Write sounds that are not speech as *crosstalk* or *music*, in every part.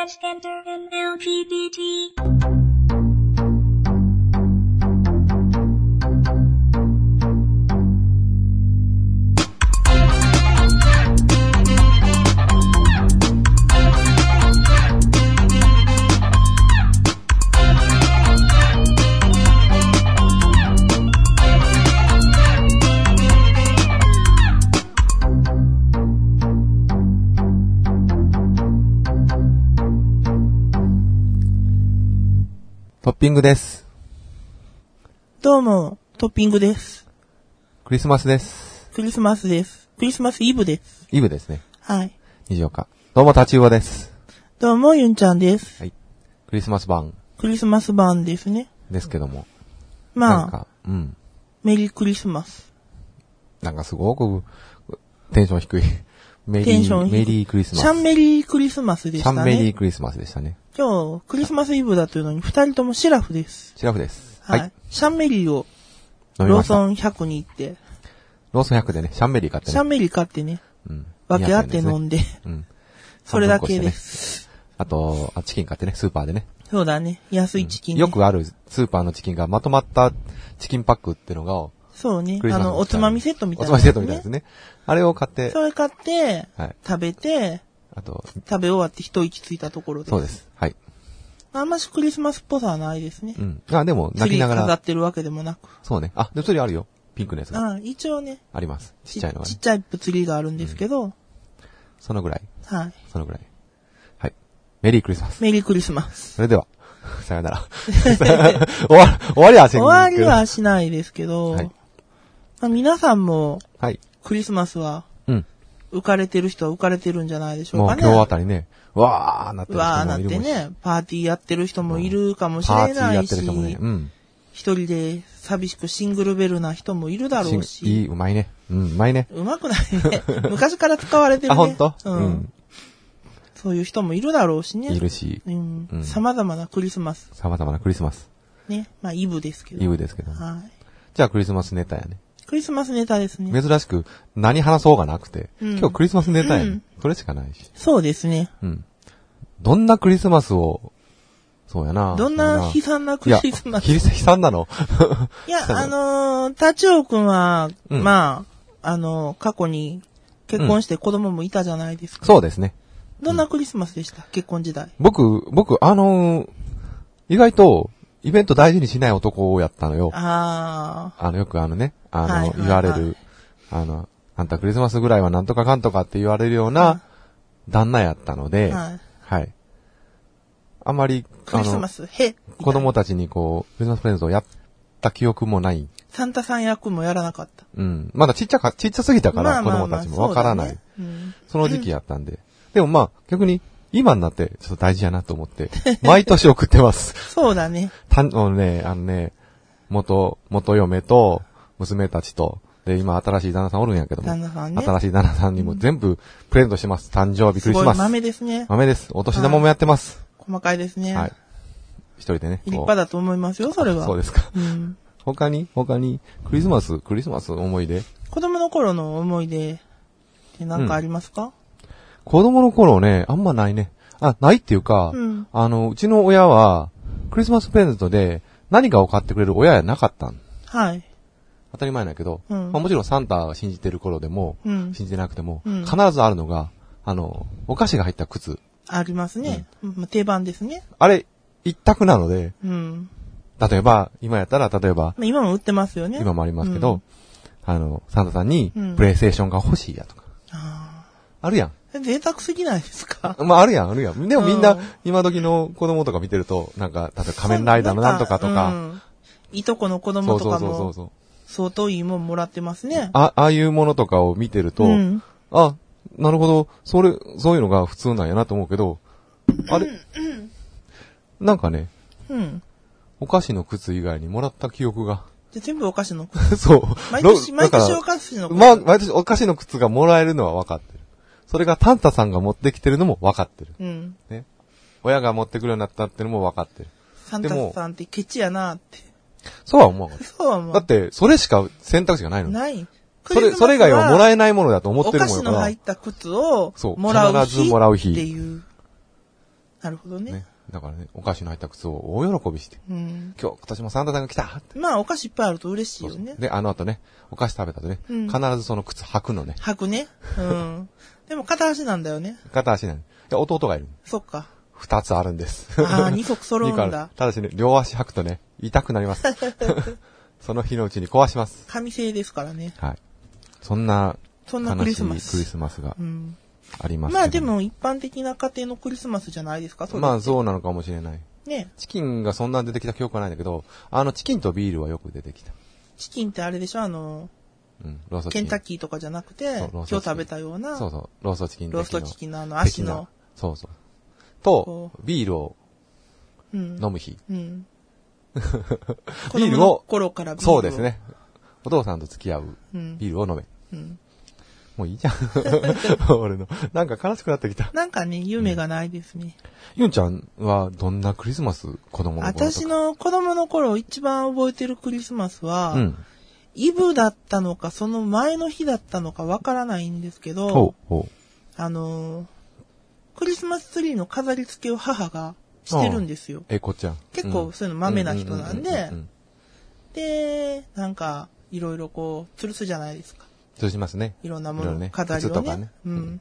transgender and LGBT. トッピングです。どうも、トッピングです。クリスマスです。クリスマスです。クリスマスイブです。イブですね。はい。 24日。どうも、タチウオです。どうも、ユンちゃんです。はい。クリスマス版クリスマス版ですね。ですけども。なまんあ、か、うん。メリークリスマス。なんかすごく、テンション *laughs* 低い。メリー、テンション低いメリークリスマス。シャンメリークリスマスでシしャたンメリー、ね。クリスマスでしたね。今日、クリスマスイブだというのに、二人ともシラフです。シラフです。は。はいい。シャンメリーを、飲みローました。ソン100に行って、ローソン100でね、シャンメリー買ってシャね。ンメリー買ってね、うん。分け合っ200て円ですね飲んで、うん。 *laughs* それだけで半分こす。あと、あチキン買ってね、スーパーでね。そうだね。安いチキン、ねよくあるスーパーのチキンがまとまったチキンパックってのが、そうねク。リスあマスの、おつまみセットみたいな、おつまみセットみたいなですね。あれを買って、それ買って、はい食べて、あと、食べ終わって一息ついたところです。そうです。はい。あんましクリスマスっぽさはないですねう。ん。あ、でも、ツ泣リきーなが飾らっ、てるわけでもなく。そうね。あ、でもそれあるよ。ピンクのやつがああ一応ね、あります。ちっちゃいのがちっね。ちゃいツリーがあるんですけど、そのぐらい。はい。そのぐらい。はい。メリークリスマス。メリークリスマス。それでは、 *laughs* さよな *laughs* ら。終わ、終わりはせんけ終どわりはしないですけど、はいまあ皆さんもはい。クリスマスはうん。浮かれてる人は浮かれてるんじゃないでしょもううか今ね。日あたりね、わーなってうるわー人なもっいてるもんしね、パーティーやってる人もいるかもしパーれティーやなっいてるし、人もね、うん。一人で寂しくシングルベルな人もいるだろうしいし、い、うまいね。うん、うまいね。うまくないね。昔から使われてるね。あ、ほんとううんん。そういう人もいるだろうしね。いるしう、んう。ん様々なクリスマス。様々なクリスマス、ね。まあ、イブですけど。イブですけども。はじゃあクリスマスネタやね。い。クリスマスネタですね。珍しく何話そうがなくて、うん今日クリスマスネタやね、うんそれしかないし。そうですね。うん。どんなクリスマスを、そうやな。どんそうやな悲惨ないクや、リスマス。ひ悲惨なの *laughs* いや、あのー、タチオくんは、うんまあ、あのー、過去に結婚して子供もいたじゃないですか。そうですね。どんなクリスマスでした結婚時代。僕、僕、あのー意外と、イベント大事にしない男をやったのよ。ああの、よくあのね、あの、はいはいはい言われる、あの、あんたクリスマスぐらいはなんとかかんとかって言われるような、旦那やったのー、で、はい。はい。あまり、クあリスのマ、ス、へ。子供たちにこう、クリスマスプレゼントをやった記憶もない。サンタさん役もやらなかった。うん。まだちっちゃか、ちっちゃすぎたから、子供たちもわからない。そ,、そうだねうんの時期やったんで。でもまあ、逆に、今になって、ちょっと大事やなと思って、 *laughs* 毎年送ってます。そうだね。たん、あのね、あのね、元、元嫁と、娘たちと、で、今、新しい旦那さんおるんやけども。旦那さんね新しい旦那さんにも全部、プレゼントしてます。誕生日、クすリごスいマス。豆ですね。豆です。お年玉もやってます。細かいですね。はい。一人でね。こう立派だと思いますよ、それは。そうですか。うん。他に、他に、クリスマス、クリスマス思い出子供の頃の思い出って何かありますか、子供の頃ね、あんまないね。あ、ないっていうか、うんあの、うちの親は、クリスマスプレゼントで何かを買ってくれる親やなかったん。はい。当たり前だけど、うんまあ、もちろんサンタが信じてる頃でも、うん信じてなくても、うん必ずあるのが、あの、お菓子が入った靴。ありますね。うん定番ですね。あれ、一択なので、うん。例えば、今やったら、例えば、まあ今も売ってますよね。今もありますけど、うんあの、サンタさんにうん、プレイステーションが欲しいやとか、ああるやん。ー贅沢すぎないですか *laughs* まあ、あるやん、あるやん。でもみんう、なん今時の子供とか見てると、なんか、例えば仮面ライダーのなんとかとうか、んいとこの子そ供うとそうかそうそうもそう。相当いいもんもらってますね。あ、ああいうものとかを見てると、うんあ、なるほど、それ、そういうのが普通なんやなと思うけど、あれ、なんかね、うん。お菓子の靴以外にもらった記憶が、 *laughs* じゃあ全部お菓子の子。そう。毎年、ろ毎だ年からお菓子の子。ま、毎年お菓子の靴がもらえるのは分かってる。それがタンタさんが持ってきてるのも分かってる。うん。ね。親が持ってくるようになったってのも分かってる。サンタさんってケチやなって。そうは思わなかったそうはもう。だって、それしか選択肢がないの。ない。それ、それ以外はもらええないものだと思ってるもんお菓や子かの入らっ。た靴をそうもらう日。必ずもらう日っていう。なるほどね。ね。だからね、お菓子の入った靴を大喜びして、うん。今日、今年もサンタさんが来たって。まあ、お菓子いっぱいあると嬉しいよね。で、あの後ね、お菓子食べたとね、うん必ずその靴履くのね。履くね。うん。でも片足なんだよね。片足なの。いや、弟がいる。そっ *laughs* か。二つあるんです。あ *laughs* あ、二足揃うん二個あだる。ただしね、両足履くとね、痛くなり *laughs* ます。その日のうちに壊します。紙製ですからね。はい。そんな、そんなク悲リしスいクマリススマスがうん。ありますけどまあで、も一般的な家庭のクリスマスじゃないですか、それ。まあそうなのかもしれない。ね。チキンがそんな出てきた記憶はないんだけど、あのチキンとビールはよく出てきた。チキンってあれでしょあの、うん、ローストチケキン。ンタッキーとかじゃなくそて、うロ今ー日ストチキン食べたような、そうそう、ローストチキン的なローストチキンのあの足の的な。そうそう。、ことビールをうん。飲む日。 *laughs* うん。ビー子供ルのを、頃からビールをそうです。ね。お父さんと付き合ううんビールを飲め。うん。もういいじゃん。俺の。なん *laughs* か悲しくなってきた。なんかね、夢がないですね。ユンちゃんはどんなクリスマス子供の頃とか私。の子供の頃一番覚えてるクリスマスは、うん。イブだったのか、その前の日だったのかわからないんですけほど、う、ほあのークリスマスツリーの飾り付けを母がしてるんですよう。。え、こっちゃん。結構そういうの豆な人なんでううううんで、なんか、いろいろこう、吊るすじゃないですか。そうしますね。いろんなもいろいの、ろね飾りを靴ねとかねううんん。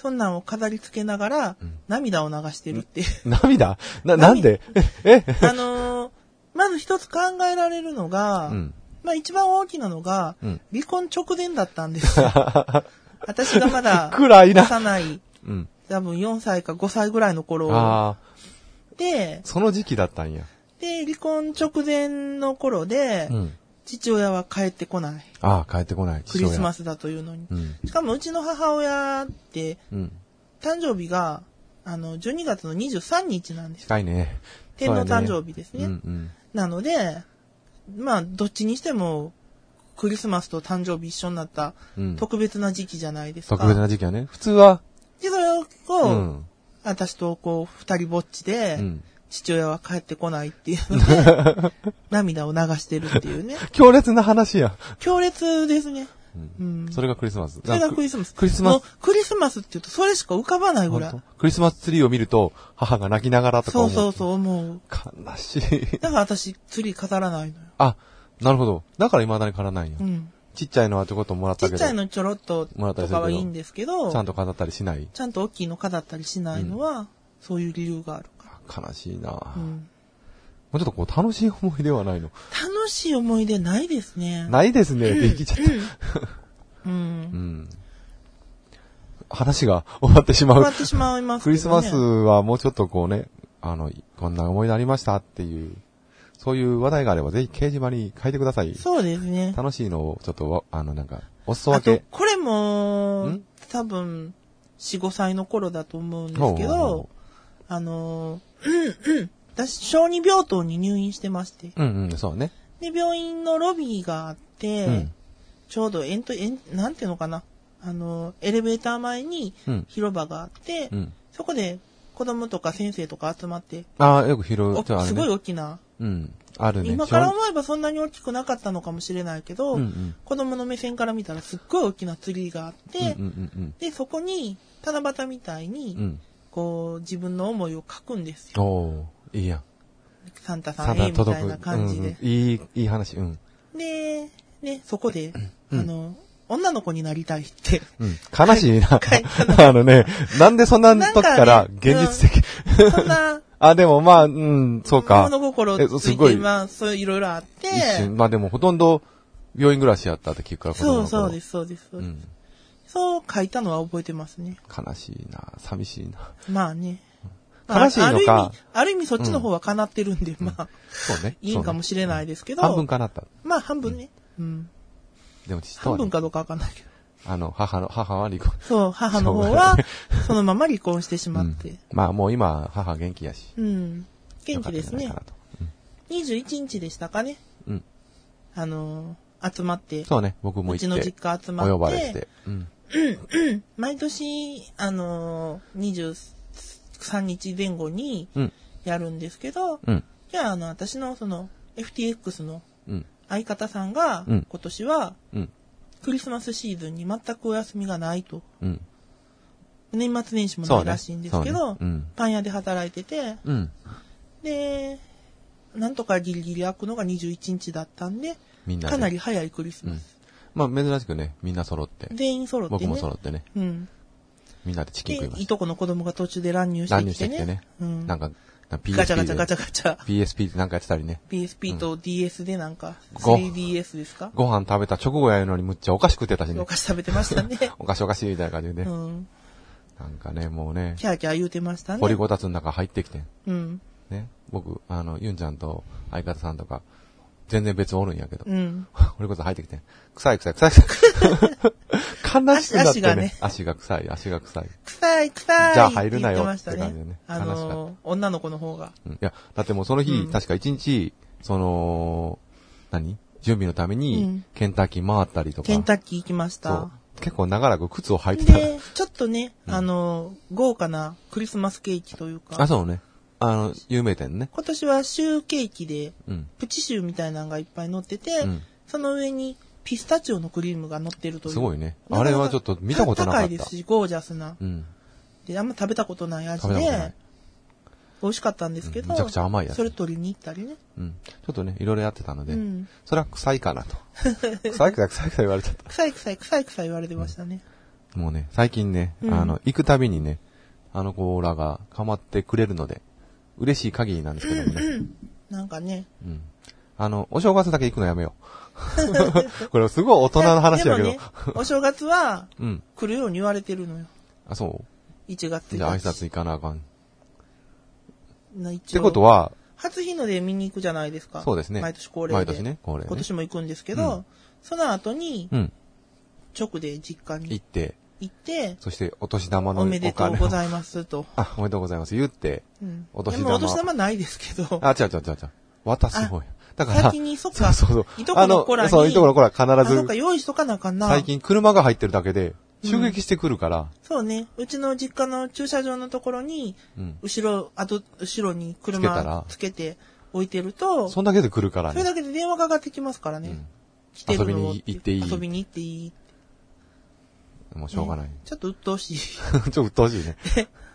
そんなんを飾り付けながら、うん涙を流してるっていう。涙な、なんでえ、え *laughs* あのーまず一つ考えられるのが、うん。まあ一番大きなのが、うん離婚直前だったんで *laughs* すよ。私がまだ、暗いな。幼い、うん。多分4歳か5歳ぐらいの頃ああ、で、その時期だったんや。で、離婚直前の頃で、うん。父親は帰ってこない。ああ、帰ってこない。クリスマス。スだというのに。うん。しかもうちの母親って、うん。誕生日が、あの、12月の23日なんですよ。近いね。天皇誕生日日ですね。うんうん。なので、まあ、どっちにしても、クリスマスと誕生日一緒になったうん特別な時期じゃないですか。特別な時期はね。普通は、で、それをうこう、ん。私とこう、二人ぼっちで、うん。父親は帰ってこないっていうの *laughs* で、涙を流してるっていうね。強烈な話や。強烈ですね。ううん。それがクリスマス。それがクリスマス。クリスマスもうクリスマスって言うと、それしか浮かばないぐら本い。当クリスマスツリーを見ると、母が泣きながらとかそ思うう。そうそう、思う。う。悲しい。だから私、ツリー飾らないのよ。あ、なるほど。だから未だにからないんやう。ん。ちっちゃいのはちょこっともらっちたっけど。ちゃいのちょろっともらったりすとるけどかはいいんですけど、ちゃんと飾ったりしない。ちゃんと大きいの飾ったりしないのは、そういう理由があるか悲しいな、ら。うん。もうちょっとこう、楽しい思い出はないの。楽しい思い出ないですね。ないです *laughs* ね、って言い切っちゃった。う。うんん。話が終わってしま終うわっ。てしまいまクすけどね。リスマスはもうちょっとこうね、あの、こんな思い出ありましたっていう、そういう話題があればぜひ掲示板に書いてください。そうですね。楽しいのをちょっとわ、あの、なんか、お裾あ分とけ。、これもん、多分、4、5歳の頃だと思うんですけほうほうほど、あのー、うんうん。私、小児病棟に入院してまして。うんうん、そうね。で、病院のロビーがあって、うんちょうどエント、エン、なんていうのかな。あの、エレベーター前にうん広場があって、うん。そこで子供とか先生とか集まって、ああ、よく拾う。おちょあするごいね。大きな、うん。あるね。今から思えばそんなに大きくなかったのかもしれないけど、うんうん子供の目線から見たらすっごい大きなツリーがあって、うんうんうんで、そこに七夕みたいに、うん。うん。こう、自分の思いを書くんですよ。おー、いいやん。サンタさサんンタへ、みたいな感じで。うんうんいい、いい話。うん。で、ね、そこで、あの、女の子になりた *laughs* いって。うん。悲しいな。書いあのね、なんでそんな時から現実的。そんな、あ、でもまあ、うん、そうか。物心えつすいごて、いまあ、そういろいろあって、一瞬。まあでもほとんど病院暮らしやったって聞くから、。そうそうですす、そうです。そううですん。そう書いたのは覚えてますね。悲しいな、寂しいな。まあね。まあ悲しいのかある意味、ある意味そっちの方は叶ってるんで、まあ、そうね。いいんかもししれないですけど、半分かなった。まあ半分ね。うん。でも父と半はね、分かどうかわかんないけど。あの、母の、母は離婚。そう、母の方は、 *laughs* そのまま離婚してしまって。まあもう今、母元気やし。うん。元気ですよねかっ。たんじゃないか21日でしたかね。なと。うん。あのー集まって、そうね、僕もう行ちっのて実、家集おまって、呼ばれして。うん。毎年、あのー、23日前後にうん。やるんですけど、うん。じゃあ、あの、私のその、FTX のうん。相方さんが、うん今年は、うん。クリスマスシーズンに全くお休みがないと。うん。年末年始もそなういね。らしいんですけそど、うねうん。パン屋で働いてて、うん。で、なんとかギリギリ開くのが21日だったんで、みんなで。かなり早いクリスマス。まあ珍しくね、みんな揃って。全員揃ってね。僕も揃ってね。うん。みんなでチキン食いでま、いした。とこの子供が途中で乱入して乱入きしててきね。てね。うん。なんか、なんか PSP で。ガチャガチャガチャガチャ。 PSP でなんかやってたりね。 PSP と DS でなんか、ご 3DS ですかご飯食べた直後やるのにむっちゃお菓子食ってたしねお。菓子食べてましたね。 *laughs* お菓子お菓子みたいな感じでね。うん。なんかね、もうね、キャーキャー言うてましたね。掘りごたつの中入ってきてん。うん。ね。僕、あの、ユンちゃんと相方さんとか、全然別おるんやけど。うん。俺こそ入ってきて、臭い臭い臭い臭 *laughs* い。悲しくなってね。足足ががね臭い、足が臭い。臭い臭いじゃあ入るなよって言ってましたって感じだねね。あ悲しかのー、女の子の方が。うんいや、だってもうその日、うん確か一日、その、何準備のためうにん、ケンタッキー回ったりとか。ケンタッキー行きましそたう。結構長らく靴を履いてたら。で、ちょっとね、あのー、豪華なクリスマスケーキという *laughs* あ、か、そうね。あの、有名店ね。今年はシューケーキで、うん。プチシューみたいなのがいっぱい乗ってて、うんその上にピスタチオのクリームが乗ってるという。すごいねなかなかあれはちょっと見たことなかった高いですし、ゴージャスなう。ん。で、あんま食べたことない味食べたことなでい、美味しかったんですけど、うんめちゃくちゃ甘いやつそれ取りに行ったりね。うん。ちょっとね、いろいろやってたので、うんそれは臭いか *laughs* なと。臭い臭い臭い臭い言われちゃった。臭い臭い臭い臭い言われてましたね。もうね、最近ね、うんあの、行くたびにね、あの子らが構ってくれるので、嬉しい限りなんですけどもね。 *laughs* なんかね。うん。あの、お正月だけ行くのやめよう。 *laughs* これすごい大人の話だけど。いやでもね、お正月はうん。来るように言われてるのよ。あ、そ1月1う日。じゃあ挨拶行かなあかん。っな一応てことは、初日の出見に行くじゃないですか。そうですね毎年恒例で。毎年ね恒例ね今年も行くんですけど、うんその後に、うん。直で実家に行って、行って、そしてお年玉のおめでとうごいざいますと。あ、おめでとうございます。言って、うん。お年玉でもお年玉ないですけど、あ、違う違う違う違う。渡す方や。だから、先にそっ *laughs* かそうそうそう。いとこの子らにあのそう、いとこの子らあ、必そうか、ず、用意しとかなあかんな。最近車が入ってるだけで、襲撃してくるから、そうね。うちの実家の駐車場のところに、うん。後ろ、あと、後ろにつけた車らつけて置いてると、そんだけで来るからそれね。だけで電話かかってきますからね。うん来てるのを遊びに行っていい遊びに行っていい。もうしょうがないね。ちょっと鬱 *laughs* 陶しい。ちょっと鬱陶しいね。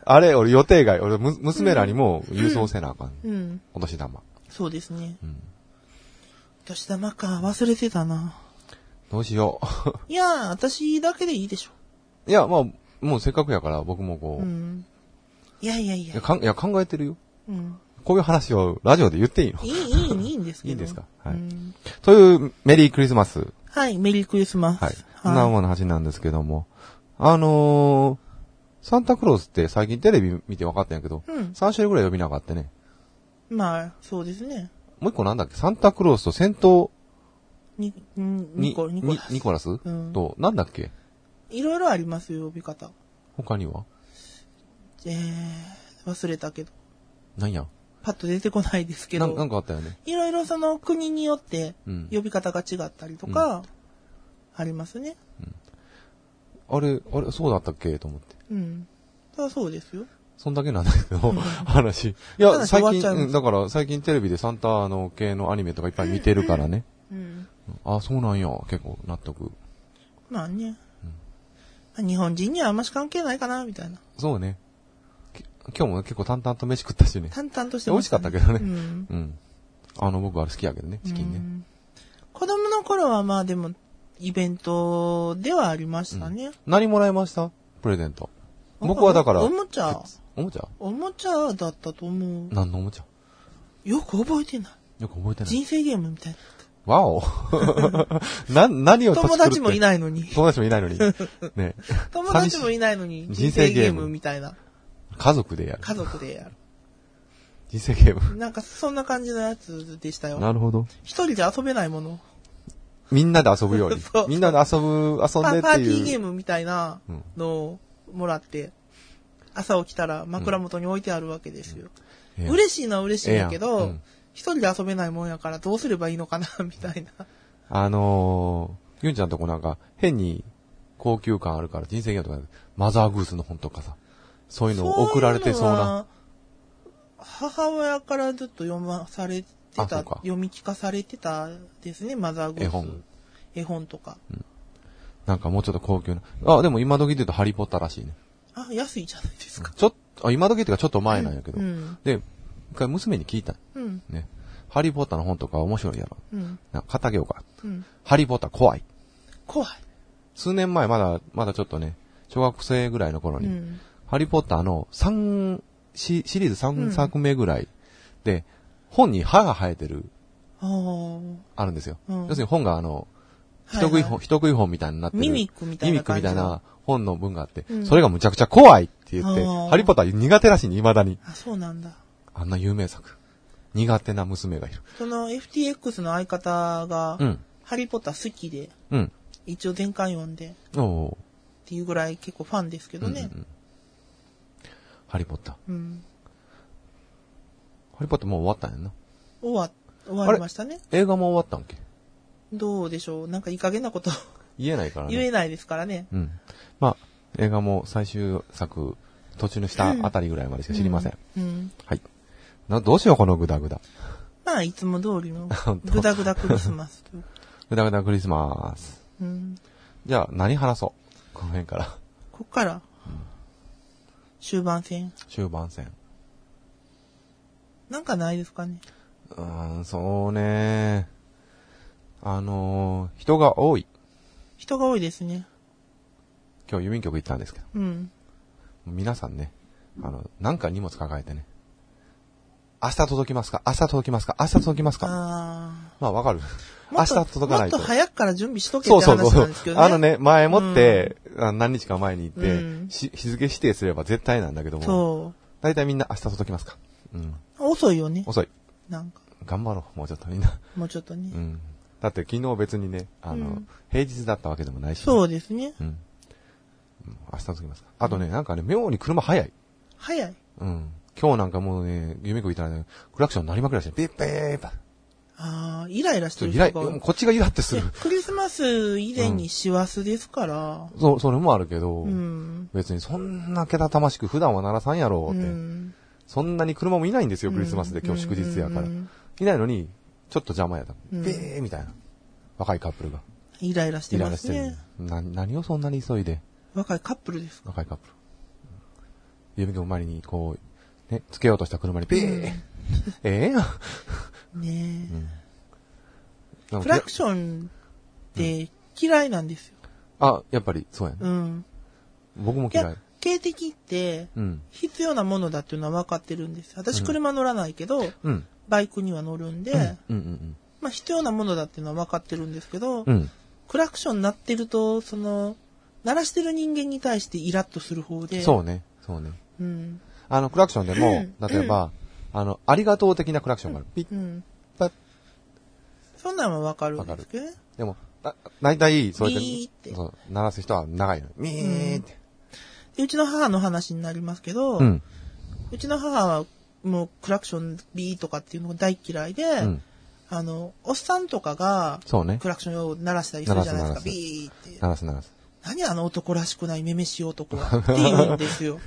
あれ、俺予定外。俺、む娘らにも郵送せなあかん。うん。お年玉。そうですね。うん。お年玉か、忘れてたな。どうし *laughs* よいやー、私だけでいいでしょ。う。いや、まあ、もうせっかくやから、僕もこうう。いん。いやいやいやや、。かんいや考えてるよ。 *laughs* うん。こういう話をラジオで言っていいのいい、いい、いいんですけど。いいんですかはいうんという、メリークリスマス。はい、メリークリスマス。はい。そんなもの話なんですけども。あのー、サンタクロースって最近テレビ見て分かったんやけど、うん3種類ぐらい呼びなかったね。まあ、そうですね。もう一個なんだっけサンタクロースと戦闘に、に、にニコ、ニコラスニコラスうんと、なんだっけいろいろありますよ、呼び方。他にはえー、忘れたけど。なんやパッと出てこないですけななんど。かあったよね。いろいろその国によってうん、呼び方が違ったりとか、ありますね。あれ、あれ、そうだったっけと思って。うん。それはそうですよ。そんだけなんだけど、話。い話や、終最わっち近ゃうんですうん、だから最近テレビでサンタの系のアニメとかいっぱい見てるからね。うん。あ、そうなんや。結構納得。まあね。日本人にはあんまし関係ないかな、みたいな。そうね。き今日も結構淡々と飯食ったしね。淡々として美味しかったけどね。うん。うん。あの、僕あれ好きやけどね、チキンうね。ん子供の頃はまあでも、イベントではありましたね。何もらいましたプレゼント。僕はだから、おもちゃ。おもちゃおもちゃだったと思う。何のおもちゃよく覚えてない。よく覚えてない。人生ゲームみたいな。わお *laughs* な、何を友達もいい。ないのに。友達もいないの *laughs* に。ね。友達もいないのに、人人生生ゲゲーームムみたいな。家族でやる。家族でや人生ゲーム。 *laughs* る。なんか、そんな感じのやつでしたよ。なるほど。一人じゃ遊べないもの。みんなで遊ぶより *laughs* そう。みんなで遊ぶ、遊んでパーってパーティーゲいーう。ムみたいなのをもらって、朝起きたら枕元に置いてあるわけですよ。ええ嬉しいのは嬉しいんだけええやど、んうん一人で遊べないもんやからどうすればいいのかな、みたいな。あのー、ゆんちゃんとこなんか、変に高級感あるから人生ゲームとか、マザーグースの本とかさ、そういうのを送られてそうな。。母親からずっと読まされてた、あそうか読み聞かされてたですね、マザーグース。絵本。絵本とか。なんかもうちょっと高級な。あ、でも今時で言うとハリーポッターらしいね。あ、安いじゃないですか。ちょっと、あ、今時っていうかちょっと前なんやけど。うん。で、一回娘に聞いた。うん。ね。ハリーポッターの本とか面白いやろ。うん。な、買ってあげようか。うん。ハリーポッター怖い。怖い。数年前まだ、まだちょっとね、小学生ぐらいの頃うに、ん。ハリーポッターの3、シシリーズう3ん作目ぐらいで、本に歯が生えてる、あーあるんですよ。うん要するに本があの、は人いは食いい本、人食い本みたいになってる。ミミックみたいなミミックみたい感な本の文があって、うんそれがむちゃくちゃ怖いって言って、あーハリーポッター苦手らしいに未だに。あ、そうなんだ。あんな有名作。苦手な娘がいる。その FTX の相方が、うん。ハリーポッター好きで、うん。一応全巻読んで、っおおていうぐらい結構ファンですけー。どねうん。うんハリーポッター。うん。ハリーポッターもう終わったんやんな。終わ、終わりましたね。映画も終わったんけどうでしょうなんかいい加減なこと言えないからね。言えないですからね。うん。まあ、映画も最終作、途中の下あたりぐらいまでしか知りません。うん。はい。な、どうしよう、このグダグダ。まあ、いつも通りの *laughs* 本、当ぐだぐだクリスマスと。 *laughs* グダグダクリスマス。うん。じゃあ、何話そうこの辺から。こっから、終盤戦。終盤戦。なんかないですかね。うーん、そうねあのー、人が多い。人が多いですね。今日郵便局行ったんですけど、うん。皆さんね、あの、なんか荷物抱えてね、明日届きますか明日届きますか明日届きますかあまあ、わかる。あ。明もっ日届かないと。もっと早くから準備しとけそうってそう話そなんうですけ。どね。あの。ね、前もって、あ何日か前に行って、うんし日付指定すれば絶対なんだけども、そだいたいみんな明日届きますか。うん。う。遅いよね。遅い。なんか、頑張ろう、もうちょっとみんな。もうちょっとね。うん。だって昨日別にね、あの、うん平日だったわけでもないし、そうですね。うん。うん。明日届きますか。あとね、なんかね、妙に車早い。早い。うん。今日なんかもうね、夢食いたらね、クラクション鳴りまくりだして、ピッペーパああ、イライラしてちょっるとイライ、人が多いこっちがイラってするいや。クリスマス以前に師走ですから、そう、それもあるけど、うん。別にそんなけたたましく普段は鳴らさんやろううって。ん。そんなに車もいないんですよ、クリスマスで。うん今日祝日やかうら。んいないのに、ちょっと邪魔やった。うんべーみたいな。若いカップルが。イライラしてイライまラしすてるね。。な、何をそんなに急いで、若いカップルですか。若いカップル。指の周りに、こう、ね、つけようとした車に、べー *laughs* ええやん。ねなんかえ。クラクションって嫌いなんですよ。あ、やっぱり、そうやね。うん。僕もい嫌いや。、警笛ってうん。必要なものだっていうのは分かってるんです。私うん車乗らないけど、うん。バイクには乗るんで、うんうんまあ必要なものだっていうのは分かってるんですけうん。ど、うん。クラクション鳴ってると、その、鳴らしてる人間に対してイラッとする方で、そうね。そうね。う。うん。あの、クラクションでも、例えば、あの、ありがとう的なクラクションがある。ピッうん。パッ。そんなんはわかるんですけどね。でも、だ、大体、そうやっ、ミーっててそう、鳴らす人は長いの。ミーって。でうちの母の話になりますけど、う。うんちの母はもうクラクションビーとかっていうのが大嫌いで、うん。あの、おっさんとかが、そうねク。ラクションを鳴らしたりするじゃないで鳴すらか、す鳴らすビーって。鳴らす鳴らす。何あの男らしくないめめしい *laughs* 男はって言うんですよ。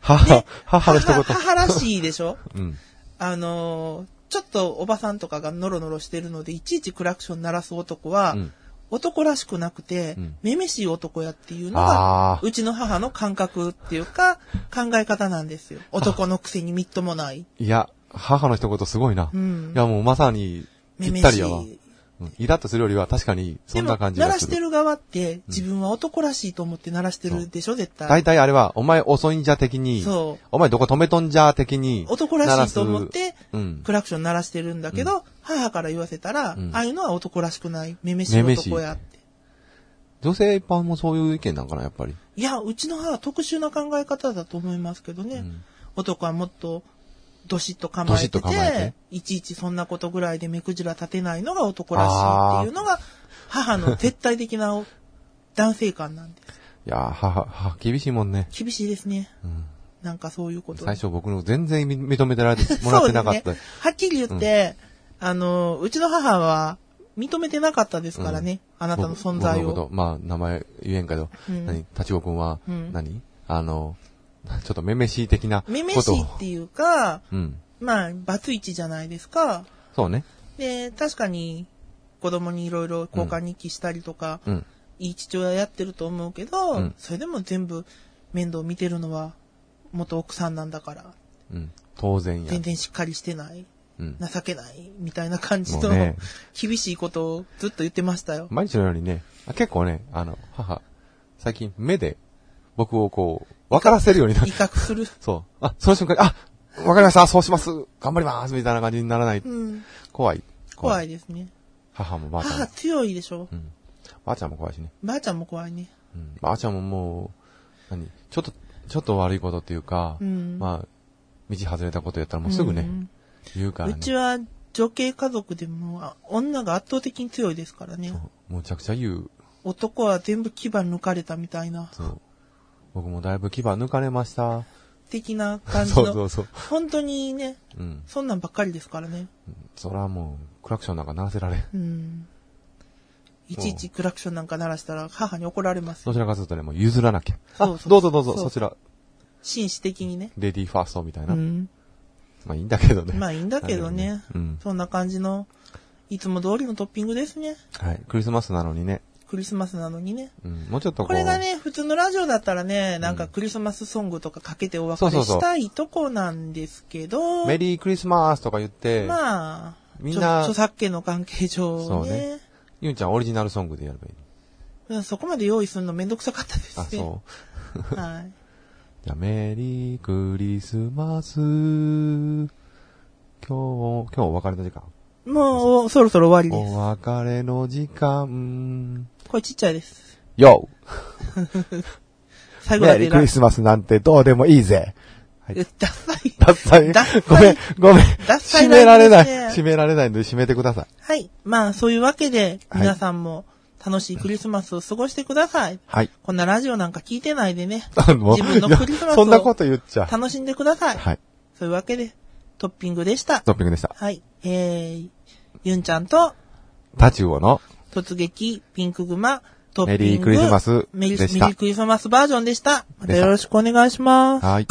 母、母の一母言。母らしいでしょうん。あのー、ちょっとおばさんとかがノロノロしてるので、いちいちクラクション鳴らす男は、うん男らしくなくて、うんめめしい男やっていうのあが、ーうちの母の感覚っていうか、考え方なんですよ。男のくせにみっともない。いや、母の一言すごいな。ういん。や、もうまさに、めぴめっしたりやわ。い。うんイラッとするよりは確かに、そでんも、な感じ鳴がらすしてる。る側って、自分は男らしいと思って鳴らしてるでしょ、絶大対。体あれは、お前遅いんじゃ的に、そう。お前どこ止めとんじゃ的に、男らしいと思っ鳴らて、す、うん。クラクション鳴らしてるんだけど、母から言わせたら、うんああいうのは男らしくない。めめしい男やって。女性一般もそういう意見なんかな、やっぱり。いや、うちの母は特殊な考え方だと思いますけどね。うん男はもっと、どしっと構えててどしっと構えいちいちそんなことぐらいで目くじら立てないのが男らしいっていうのが、母の絶対的な男性感なんでいやー、母、母、厳しいもんね。す。厳しいですね。うんなんかそういうこと。最初僕の全然認めてられてもらってなかっそた。うですね。はっきり言って、あの、うちの母は認めてなかったですからね。あなたの存在僕僕のを。ことまあ、名前言えんけど、うん何立ちくんは、うん何あの、ちょっとめめしい的なことを。めめしいっていうか、うん。まあ、バツイチじゃないですか。そうね。で、確かに子供にいろいろ交換日記したりとか、うん。いい父親やってると思うけど、うんそれでも全部面倒見てるのは元奥さんなんだから、うん。当然や。全然しっかりしてない、うん。情けない、みたいな感じもの、うね *laughs* 厳しいことをずっと言ってましたよ。毎日のようにね、あ結構ね、あの、母、最近目で僕をこう、分からせるようになっ威 *laughs* 嚇 *laughs* する。そう。あ、その瞬間に、あ、わかりました、そうします、頑張ります、みたいな感じにならない。うん。怖い。怖い。いですね。母もばあちゃん母も。強いでしょう。ん。ばあちゃんも怖いしね。ばあちゃんも怖いね。うん。ばあちゃんももう、何ちょっと、ちょっと悪いことっていうか、うんまあ、道外れたことやったらもうすぐね、ん言うからね。うちは女系家族でもあ女が圧倒的に強いですからね。もうむちゃくちゃ言う。男は全部牙抜かれたみたいな、そう。僕もだいぶ牙抜かれました。的な感じそうそのう。そう。本当にね、うん。そんなんばっかりですからね。そらもう、クラクションなんか鳴らせられん。うん。いちいちクラクションなんか鳴らしたら母に怒られますどよ。ちらかするとね、もう譲らなきゃ。あ、そうそうどうぞどうぞ、そうそちら、紳士的にね。レディーファーストみたいうな。ん。まあいいんだけどね。まあいいんだけどね。うん。そんな感じの、いつも通りのトッピングですね。はい。クリスマスなのにね。クリスマスなのにね。うん。もうちょっとこう。これがね、普通のラジオだったらね、なんかクリスマスソングとかかけてお別そうそれうそうしたいとこなんですけど、メリークリスマスとか言って、まあ、みんなちょ著作権の関係上そうねねゆんちゃんオリジナルソングでやればいい。うんそこまで用意するのめんどくさかったですね。あ、そう。はい。じゃあメリークリスマス。今日、今日お別れの時間。もう、そろそろ終わりです。お別れの時間。これちっちゃいです。よ最後だメけリークだリスマスなんてどうでもいいぜ。はい。ダサい。ダッサい。ダッサいごめん、ごめん。ダッサい締められない。ラインです締ねめられないので締めてください。はい。まあ、そういうわけで、はい皆さんも楽しいクリスマスを過ごしてください。はい。こんなラジオなんか聞いてないでね、あの自分のクリスマスをそんなこと言っちゃ。楽しんでください。はい。そういうわけで、トッピングでした。トッピングでした。はい。えー、ゆんちゃんと、タチウオの突撃、ピンクグマ、トッピンメリグ。ークリスマスメリでしたメリークリスマスバージョンでした。またでしたよろしくお願いします。はい。